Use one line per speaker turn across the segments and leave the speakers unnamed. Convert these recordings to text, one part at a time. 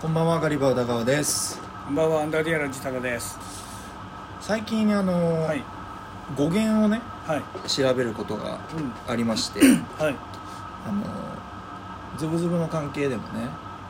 こんばんはガリバー田川です
こんばんはアンダーリアル自高です
最近あの、
はい
語源をね
はい
調べることが
うん
ありま して
はい
あのズブズブの関係でもね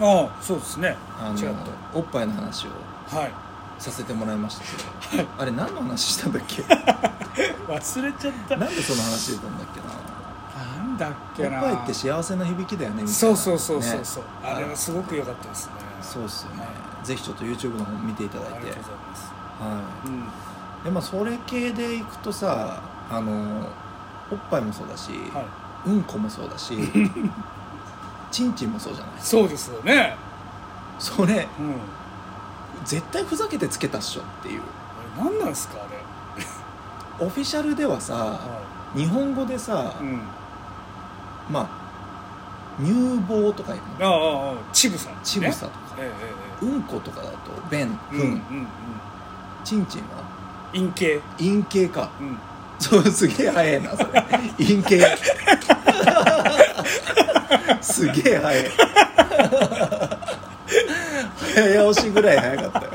ああそうですね
あ
違っ
のおっぱいの話を
たはい
させてもらいましたけどあれ何の話したんだっ け
忘れちゃった
なんでその話出たんだっけな
なんだっけな
おっぱいって幸せな響きだよねみたいな
そうそうそうそうそう、
ね
あれはすごく良かったですね
そうっすよねぜひちょっと YouTube の方見ていただ
あ
い
り
て
がとうございます
は
うん
いでまあそれ系でいくとさあのおっぱいもそうだし、
は
うんこもそうだ しチンチンもそうじゃない
いそうですよね
それ
うん
絶対ふざけてつけたっしょっていう
あれ何なんですかあれ
オフィシャルではさ
は
日本語でさ、
いうん
まあ乳房とか言う
ああ
の
ああチブさん
乳
ね
房とか、
ええ
うんことかだと便
ええええ
糞、
うんうん
チンチンは
うん陰茎
陰茎か
うん
そうすげえ早えなそれ陰茎 すげえ早え早押しぐらい早かったよ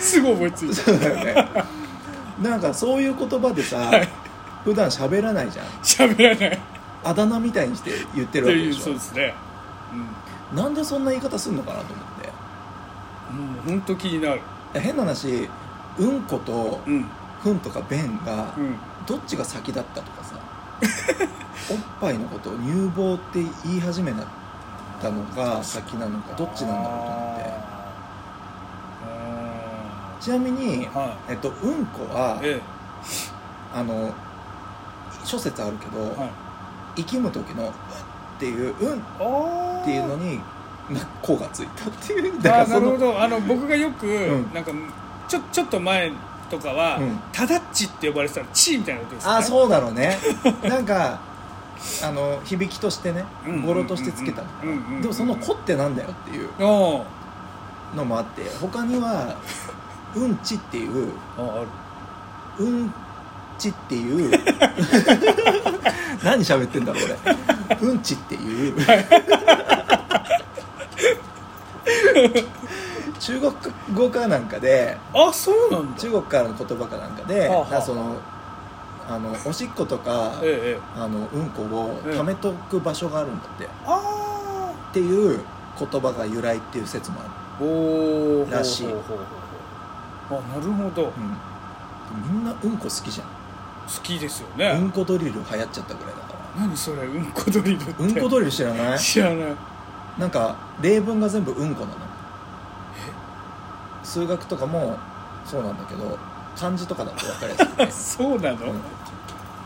すぐ思いつい た
そうだよねなんかそういう言葉でさ、普段喋らないじゃん
喋らない
あだ名みたいにして言ってるわけでし
そうで
ょ
すねうん
なんでそんな言い方すんのかなと思って
もう本当気になる
え変な話うんこと
うん
ふんとか便が
うん
どっちが先だったと かさおっぱいのことを乳房って言い始めたのが先なのかどっちなんだろうと思って
あ
ちなみに
ーは
えっとうんこはい
え
あの諸説あるけど、
えはい
生きむ時の「うん」っていう「うん」
あ
っていうのにな「こ」がついたっていう
だから
そ
なる
の
ほどあの僕がよく、
うん
なんかちょちょっと前とかは、
うん
タダッチって呼ばれてたらチーみたいなことですね
あそうだろうねなんかあの響きとしてね
うんうんうんう
語
ん
呂としてつけたのか
うんうんうんう
なんでもその「こ」ってなんだよっていう
おー
のもあって他には「うんち」っていう
あ
「うんち」っていう 何喋ってんだろう俺「うんち」っていう 中国語かなんかで
あるあそうなんだ
中国からの言葉かなんかで、
はあはあ
だからそのあのおしっことか、
ええええ
あのうんこを
ええ
貯めとく場所があるんだって、っ
あ
ていう言葉が由来っていう説もあ
あおお
らしい
ほうほうほうほうあなるほど、
る、
好
うん、みんなうんこ好きじゃ
きですよね、
んうんこドリル流行っちゃったぐらいだか
何それうんこドリルって
らうんこドリル知らない
知らない
なんか例文が全部うんこなの数学とかもそうなんだけど漢字とかだと分かりやすくて
あそうな
う
の、
ん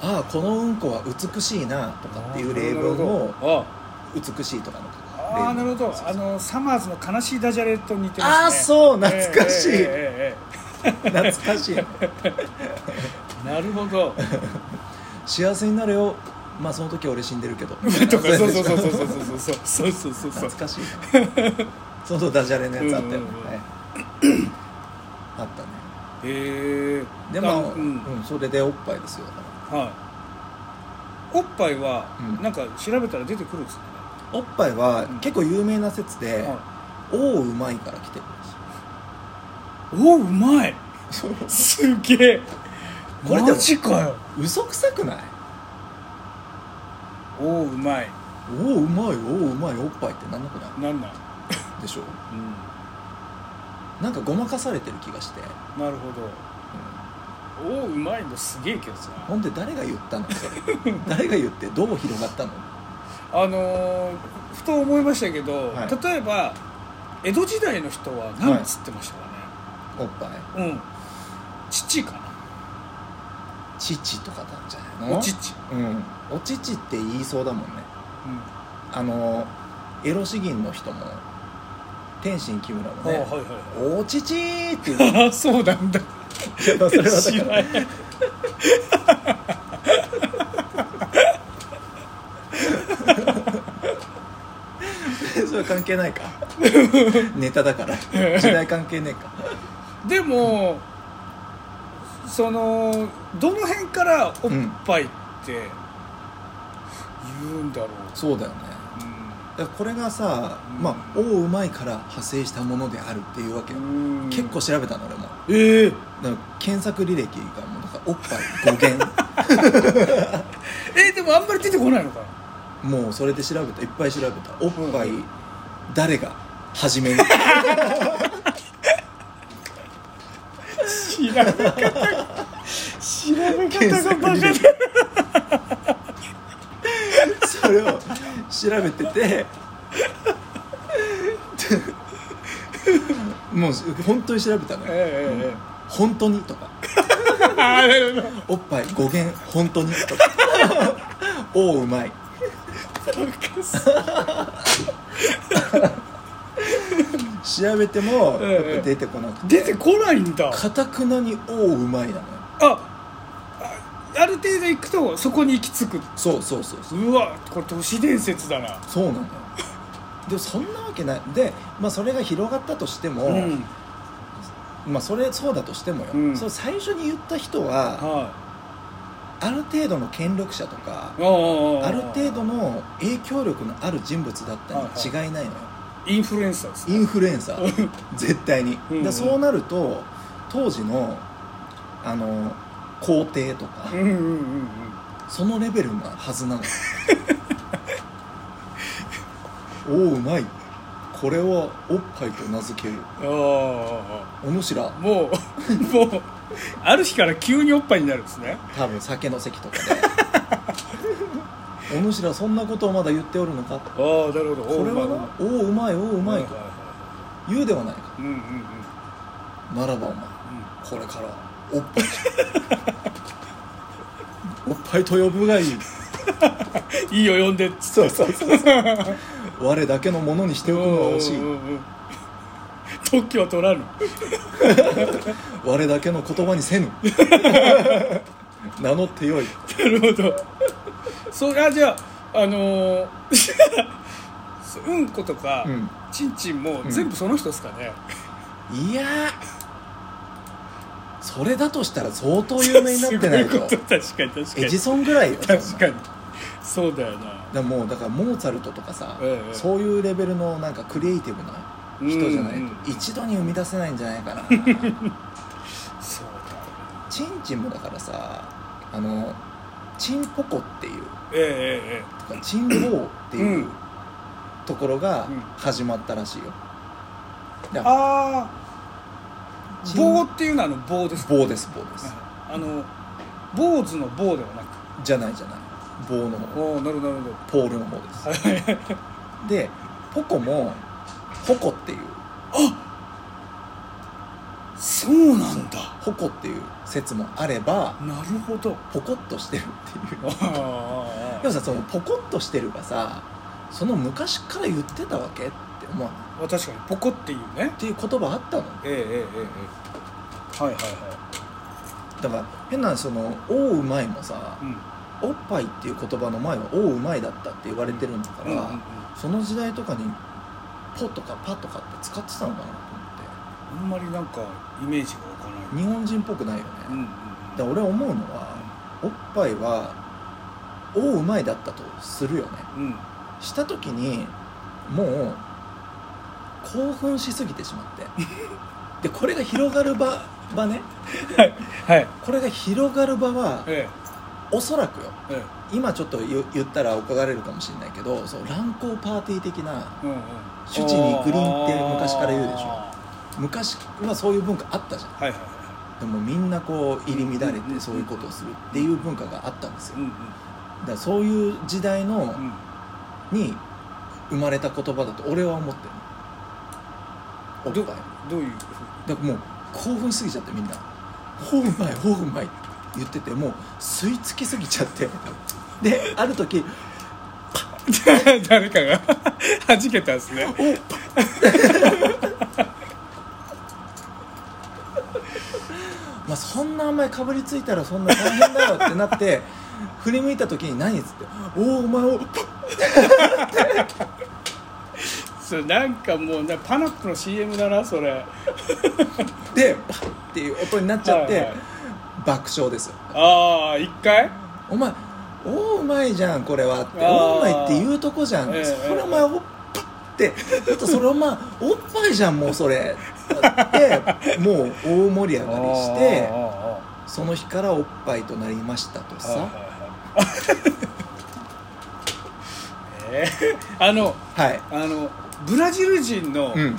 ああこのうんこは美しいなとかっていう例文を
あ
美しいとかの例文
あーなるほどあのサマーズの悲しいダジャレと似てますね
ああそう懐かしい、
えええええ
懐かしい
えなるほ ど
幸せになれよまあその時俺死んでるけど
とかそうそうそうそう
う
そうそうそうそうそうそう
懐かしいなそのダジャレのやつあったよね、
うんうんうん
はいあったね
へえ
でも、う
う
んんそれでおっぱいですよだか
はいおっぱいは、
うん
なんか調べたら出てくるんですよね
らおっぱいは
うん
結構有名な説で
は
「おううまい」から来てるんですよ
いおううまいすげえ
これでも
マジかよ
嘘くさくない
おううまい
「おううまいおううまいおっぱい」ってなんなくな
なんなん、
いでしょ
うん、
なんかごまかされてる気がして、
なるほどおううまいのすげえけどさ
ほんで誰が言ったのそれ誰が言ってどう広がったの
あのーふと思いましたけど、
はい
例えば江戸時代の人は何つってましたか
おっぱい
ね、うん父かな
父とかなんじゃないの
お父、
うんお乳って言いそうだもんね
うん
あのエロ詩吟の人も天心木村も
あはい
ね
はい
「
は
お乳」って言う
いああ そうなんだ
けどそれは
知
だから
ない
らそれは関係 ないかネタだから時代関係ねえか
でもそのどの辺からおっぱいって言うんだろう、
そうだよねだからこれがさ、
うん
まあ「おうまい」から派生したものであるっていうわけよ、
うんうん、
結構調べたの俺もだか
ええ
ら検索履歴がもうなんかおっぱい語源
えでもあんまり出てこないのかな
もうそれで調べたいっぱい調べたおっぱい誰が始 める
知らなかった知らなか
検
ったが
索
バカ
履
だ
歴それを調べててもう本当に調べたのよ
えええええ
「本当に」とか
えああなるほど
おっぱい語源本当にと かおううまい調べても
え
やっ
え
ぱ出てこなくて
出てこないんだ
かたくなにおううまいなのよ
ああある程度行くとそこに行き着く
そうそうそうそう
うわこれ都市伝説だな
そうなのよでもそんなわけないで、まあ、それが広がったとしても、
うん
まあ、それそうだとしてもよ、
うん
その最初に言った人は
は
ある程度の権力者とか
いああ
ある程度の影響力のある人物だったに違いないのよ
インフルエンサーです
インフルエンサー絶対に
うんうん
でそうなると当時のあの皇帝とか、
うんうんうんうん
そのレベルなはずなの おおうまいこれはおっぱいと名付ける
ああ
お主ら
もうもう ある日から急におっぱいになるんですね
多分酒の席と かでお主らそんなことをまだ言っておるのか
ああなるほど
これはなおおうまいおおう
う
まいと言うではないか
うんうんうんうん
ならばお前これからおっ ぱいおっぱいと呼ぶがいい
いいよ呼んでっつ
そうそうそうそう我だけのものにしておくのは惜しい
うんうんうん特許は取らぬ
我だけの言葉にせ ぬ名乗ってよい
なるほどそれはじゃああのー うんことか、
うん
ちんちんも全部その人ですかね、
いやーそれだとしたら相当有名になってない
すご
と
こと確かに確か
エ
に
ジソンぐらいよ
確か
に
にそうだよな
だからもうだからモーツァルトとかさ、
ええ
そういうレベルのなんかクリエイティブな人じゃないと、
うんうん
一度に生み出せないんじゃないかな
そうだ
チンチンもだからさあのチンポコっていう
えええええ
とかチンローっていううんところが
うん
始まったらしいよ、
えああ
チン
棒っていうのはあの棒ですか
棒です棒です
あの坊主の棒ではなく
じゃないじゃない棒の方
おおなるほどなるほ
ポールの方です
どはいはい
でポコもホコっていう
そうなんだ
ホコっていう説もあれば
なるほど
ポコッとしてるっていう
あああ
でもさそのポコッとしてるがさその昔から言ってたわけって思わない
あ確かにポコっていうね
っていう言葉あったの
ええええええはいはいは
だから変なその「おううまい」もさ
いうん
おっぱいっていう言葉の前は「おううまい」だったって言われてるんだから、
うんうん
その時代とかに「ポ」とか「パ」とかって使ってたのかなと思
あんまりなんかイメージが湧か
って
ない
日本人っぽくないよね、
うんうん
だから俺思うのはおっぱいは「おううまい」だったとするよね
うん
した時にもう興奮しすぎてしまって でこれが広がる場場ね
はい
これが広がる場は
え
おそらくよ
ええ
今ちょっと言言ったら怒られるかもしれないけどそう乱交パーティー的な
えうんうん
主治にグリーンって昔から言うでしょ
あ
昔はそういう文化あったじゃん
ーはいはいは
でもみんなこう入り乱れ
うんうんうん
てそういうことをするっていう文化があったんです
い
よ
うんうん
だからそういう時代の
うん
に生まれた言葉だと俺は思ってるおっぱいだか
どういう
らもう興奮しすぎちゃってみんな「ほううまいほううまい」って言っててもう吸い付きすぎちゃってである時
誰か が弾けたんですね
まあそんな甘いかぶりついたらそんな大変だよってなって振り向いた時に何っつって「おおお前を
それなんかもうねパナップの CM だなそれ
でパッっていう音になっちゃって、
はいはい
爆笑ですよ
ああ一回
お前「おおうまいじゃんこれは」って「
あー
おうまい」って言うとこじゃん、
ええ
それお前おっぱってだってそれお前おっぱいじゃんもうそれってもう大盛り上がりして
あ
その日からおっぱいとなりましたと
ーあーあー
さ
あーえー あの
はい
あのブラジル人の
うん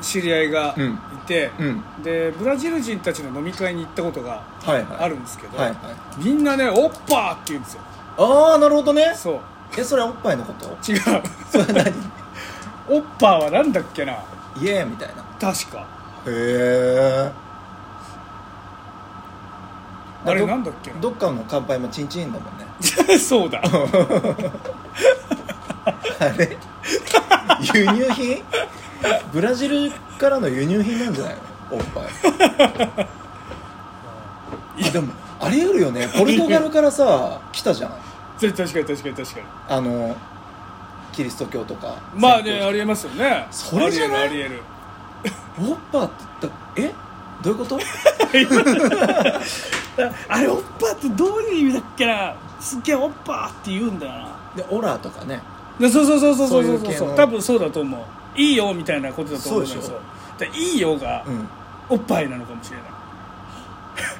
知り合いが
うん
いて、
うん
でブラジル人たちの飲み会に行ったことが
はいはい
あるんですけど、
はいはい
みんなね「オッパー」って言うんですよ
ああなるほどね
そう
えそれはおっぱいのこと
違う
それは何
オッパーはなんだっけな
イエーみたいな
確か
へえ
あれなんだっけな
どっかの乾杯もチンチンだもんね
そうだ
あれ 輸入品ブラジルからの輸入品なんじゃないのおっぱいあでもあり得るよねポルトガルからさ来たじゃん
ぜ確かに確かに確かに
あのキリスト教とか
まあねありえますよね
それじゃない
ありえる
おっぱって言ったえどういうこと
ありえるああれオッパーってどういう意味だっけなすっげえオッパーって言うんだよな
でオラとかね
でそうそうそうそうそうそう
そうい
そ
うう系の
多分そうだと思ういいよみたいなことだと思うんだけど
そうで
でいいよが
うん
おっぱいなのかもしれない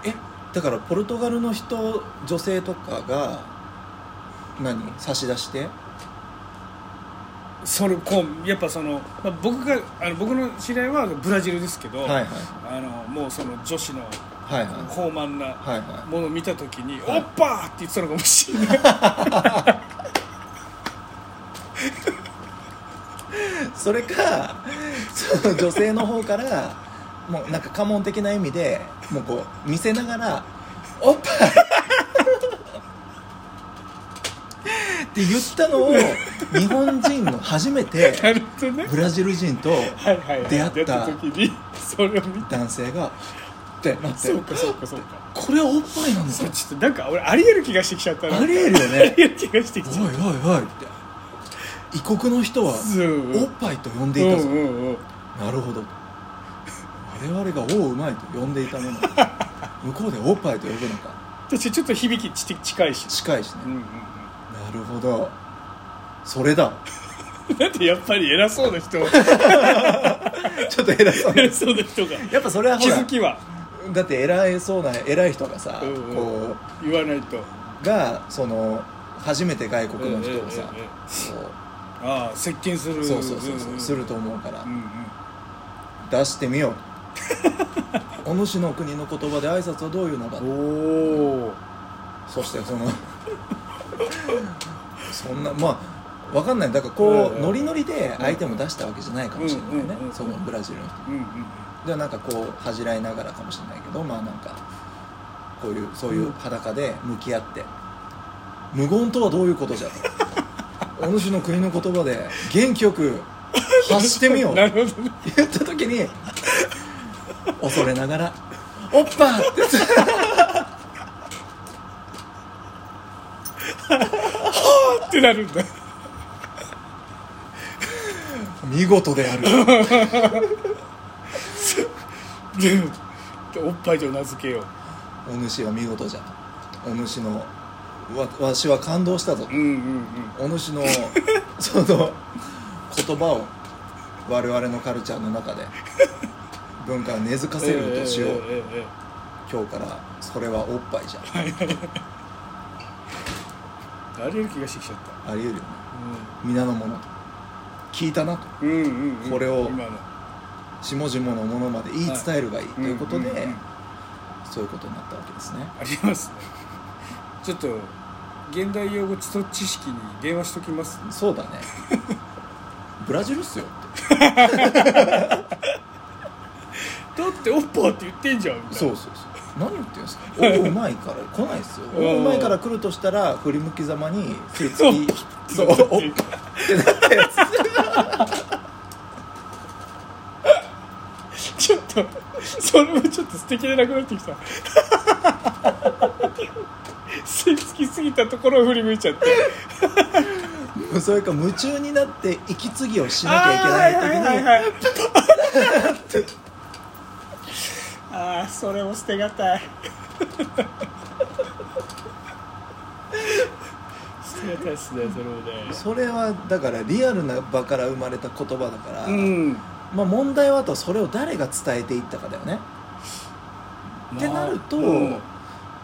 えだからポルトガルの人女性とかが何差し出して
それこうやっぱその、まあ、僕があの僕の知り合いはブラジルですけど、
はいはい
あのもうその女子の
はいはい
豊満な
はいは
ものを見た時に「
はい
オッパー!」って言ってたのかもしれない
いそれかその女性の方からもうなんか家紋的な意味でもうこう見せながら「おっぱい!」って言ったのを日本人の初めて
なるほどね
ブラジル人と
はいはい、はい、
出会った
時にそれを見た
男性が「ってなって
そうかそうかそうか
これはおっぱいなの
そ
か
れちょっとなんか俺ありえる気がしてきちゃったな
ありえるよ
あ
ね
りえる気がしてきち
お
ゃ
い
っ
おいおいって異国の人は
たそう
おっぱいと呼んでいたぞ、
うんうんうん
なるほど我々が「おううまい」と呼んでいたも のが向こうで「おっぱい」と呼ぶのか
でちょちょっと響きち近いし、
近いしね
うんうんうん、
なるほどそれだ
だってやっぱり偉そうな 人
ちょっと偉そうな
偉そうな人が
やっぱそれはほ
気
ら
づきは
だって偉いそうな偉い人がさ、
うんうん
こ
言わないと
うがその初めて外国の人をさ、
ええええええ
こ
ああ接近す
う
る
そうそうそうそう、
ん
すると思うから
うんうん
出してみ ようお主の国の言葉で挨拶はどういうのか
おお
そしてその そんなまあわかんないだからこ
う
う
んう
んノリノリで相手も出したわけじゃないかもしれないね
うんうんうん
そのブラジルの人
うんうん
でなんかこう恥じらいながらかもしれないけどまあなんかこういうそういう裸で向き合って「無言とはどういうことじゃ」 とお主の国の言葉で元気よく発して みよう
なるほどね
言った時に恐れながら「おっぱ!」って
ってなるんだ
見事である
でおっぱいと名付けよ
お主は見事じゃとお主のわわしは感動したぞ
ううんうん
お主 のその言葉を我々のカルチャーの中で文化を根付かせるとしよう、
えええええ
今日からそれはおっぱいじゃ
えありえる気がしてきちゃった
あり得るよね皆の者聞いたなと
うんうんうん
これを
今の
下々のものまで言い伝えるがいい、ということで、
んんん
そういうことになったわけですね
ありますねちょっと現代用語基礎知識に電話しときます
そう だねブラジルっすよって
だっておっぱって言ってんじゃんみたいな
そうそうそう何言ってんすかおうまいから来ないっすよおうまいから来るとしたら振り向きざまに振り付きそうおっぱいってなったやつ
ちょっとそれもちょっと素敵でなくなってきた 吸い付きすぎたところを振り向いちゃって
それか夢中になって息継ぎをし
し
なきゃいけ
は
ないい時に
はいはい ああそれも捨てがたいりがたいですねそれもね
それはだからリアルな場から生まれた言葉だから、
うん
まあ、問題はあとそれを誰が伝えていったかだよねってなると
うん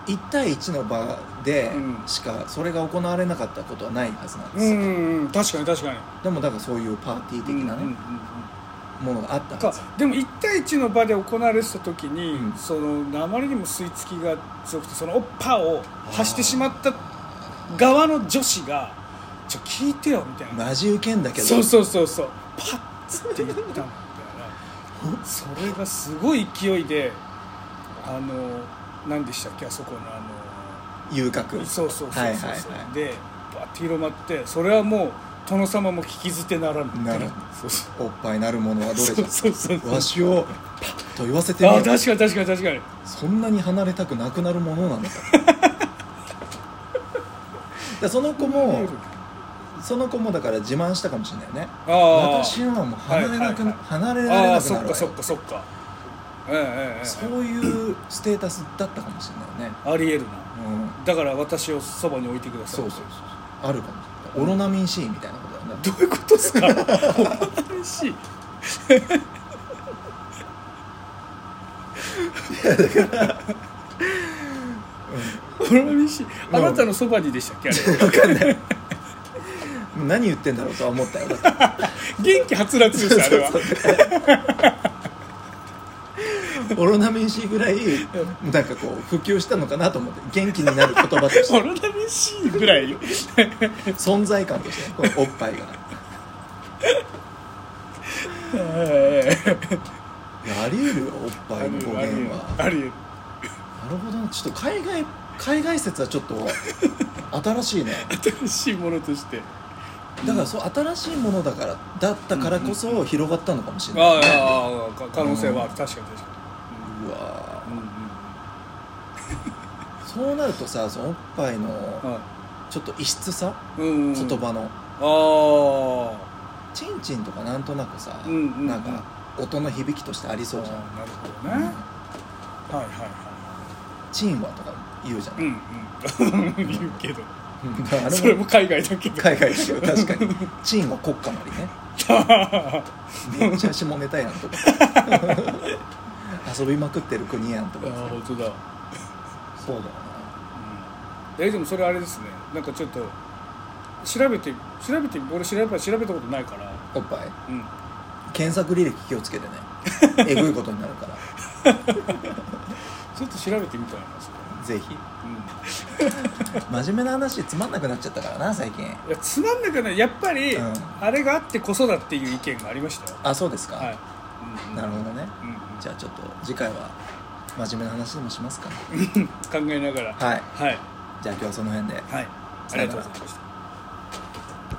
1対1の場で
うん
しかそれが行われなかったことはないはずなんで
う
すよ、
んうん確かに確かに
でもだからそういうパーティー的なね、
うんうん
ものがあった
うん
ん
か
ですよ
でも1対1の場で行われてた時に、
うん
そのあまりにも吸い付きが強くてそのオッパを発してしまった側の女子が「ちょ聞いてよ」みたいな、
マジウケんだけど
そうそうそうそうパッつって言ったんだよねそれがすごい勢いであの何でしたっけあそこのあの
遊郭
そうそうそうそう、
はいはいは
でバッて広まってそれはもう殿様も聞き捨てならぬ
ならぬ
そうそ
おっぱいなるものは
う
どれ
そ
じ
うそうそう
ゃわしをパッと言わせてみ
あ
よ
確かに確かに確かに
そんなに離れたくなくなるもの なんだだその子もその子もだから自慢したかもしれないよね
ああ
私のはもう離れなくな、
はい
離れられ
あ
な
あ
く
そ
な
っ
るわ
か
よ
そっかそっかええええええ
そういうステータスだったかもしれないよね、
ありえるな
うん、
だから私をそばに置いてください
そうそうそうあるかもしれないオロナミン C みたいなことだよね
どういうことですかおかしい俺も嬉しいあなたのそばにでしたっけあれ
何言ってんだろうとは思ったよだって
元気はつらつですあれは
オロナミン C ぐらいなんかこう普及したのかなと思って元気になる言葉とし
コ
て
ロナミシーぐらいよ
存在感としてこのおっぱいがいやあり得るよおっ
あ
ぱい
る
の語
ある
源は
ある
なるほどちょっと海外海外説はちょっと新しいね
新しいものとして
だからそう新しいものだからだったからこそ広がったのかもしれない、
ああああ可能性はある確かに確か
うわ
にうんう
ーそ
ん
うなるとさそのおっぱいの
は
ちょっと異質さ
いうんうん
言葉の、
あ
チンチンとかなんとなくさ、
うんうんうん
なんか音の響きとしてあり
あ
そうじゃん、
なるほどねはいはいは
チンはとか言うじゃ
い
ない、
うんうん言うけど
だからあ
それ
れも
も海外だけど
海外だけど確かに チンは国家なりねめっちゃ下ネタやんとか 遊びまくってる国やんと
ああ
か
本当だ
そうだよ
えでもそれあれですねなんかちょっと調べて調べて俺調べ調べたことないから、
なおっぱい
うん、
検索履歴気をつけ てねえぐいことになるから
ちょっと調べてみたいなそれ
ぜひ
う
真面目な話つまんなくなっちゃったからな最近
ん、いやつまんなくないやっぱり、
うん
あれがあってこそだっていう意見がありましたよ
あそうですか、
はい、うん
なるほどね
うんうん
じゃあちょっと次回は真面目な話でもしますか
考えながら
はい
はい、
じゃあ今日はその辺で
はい、ありがとうございました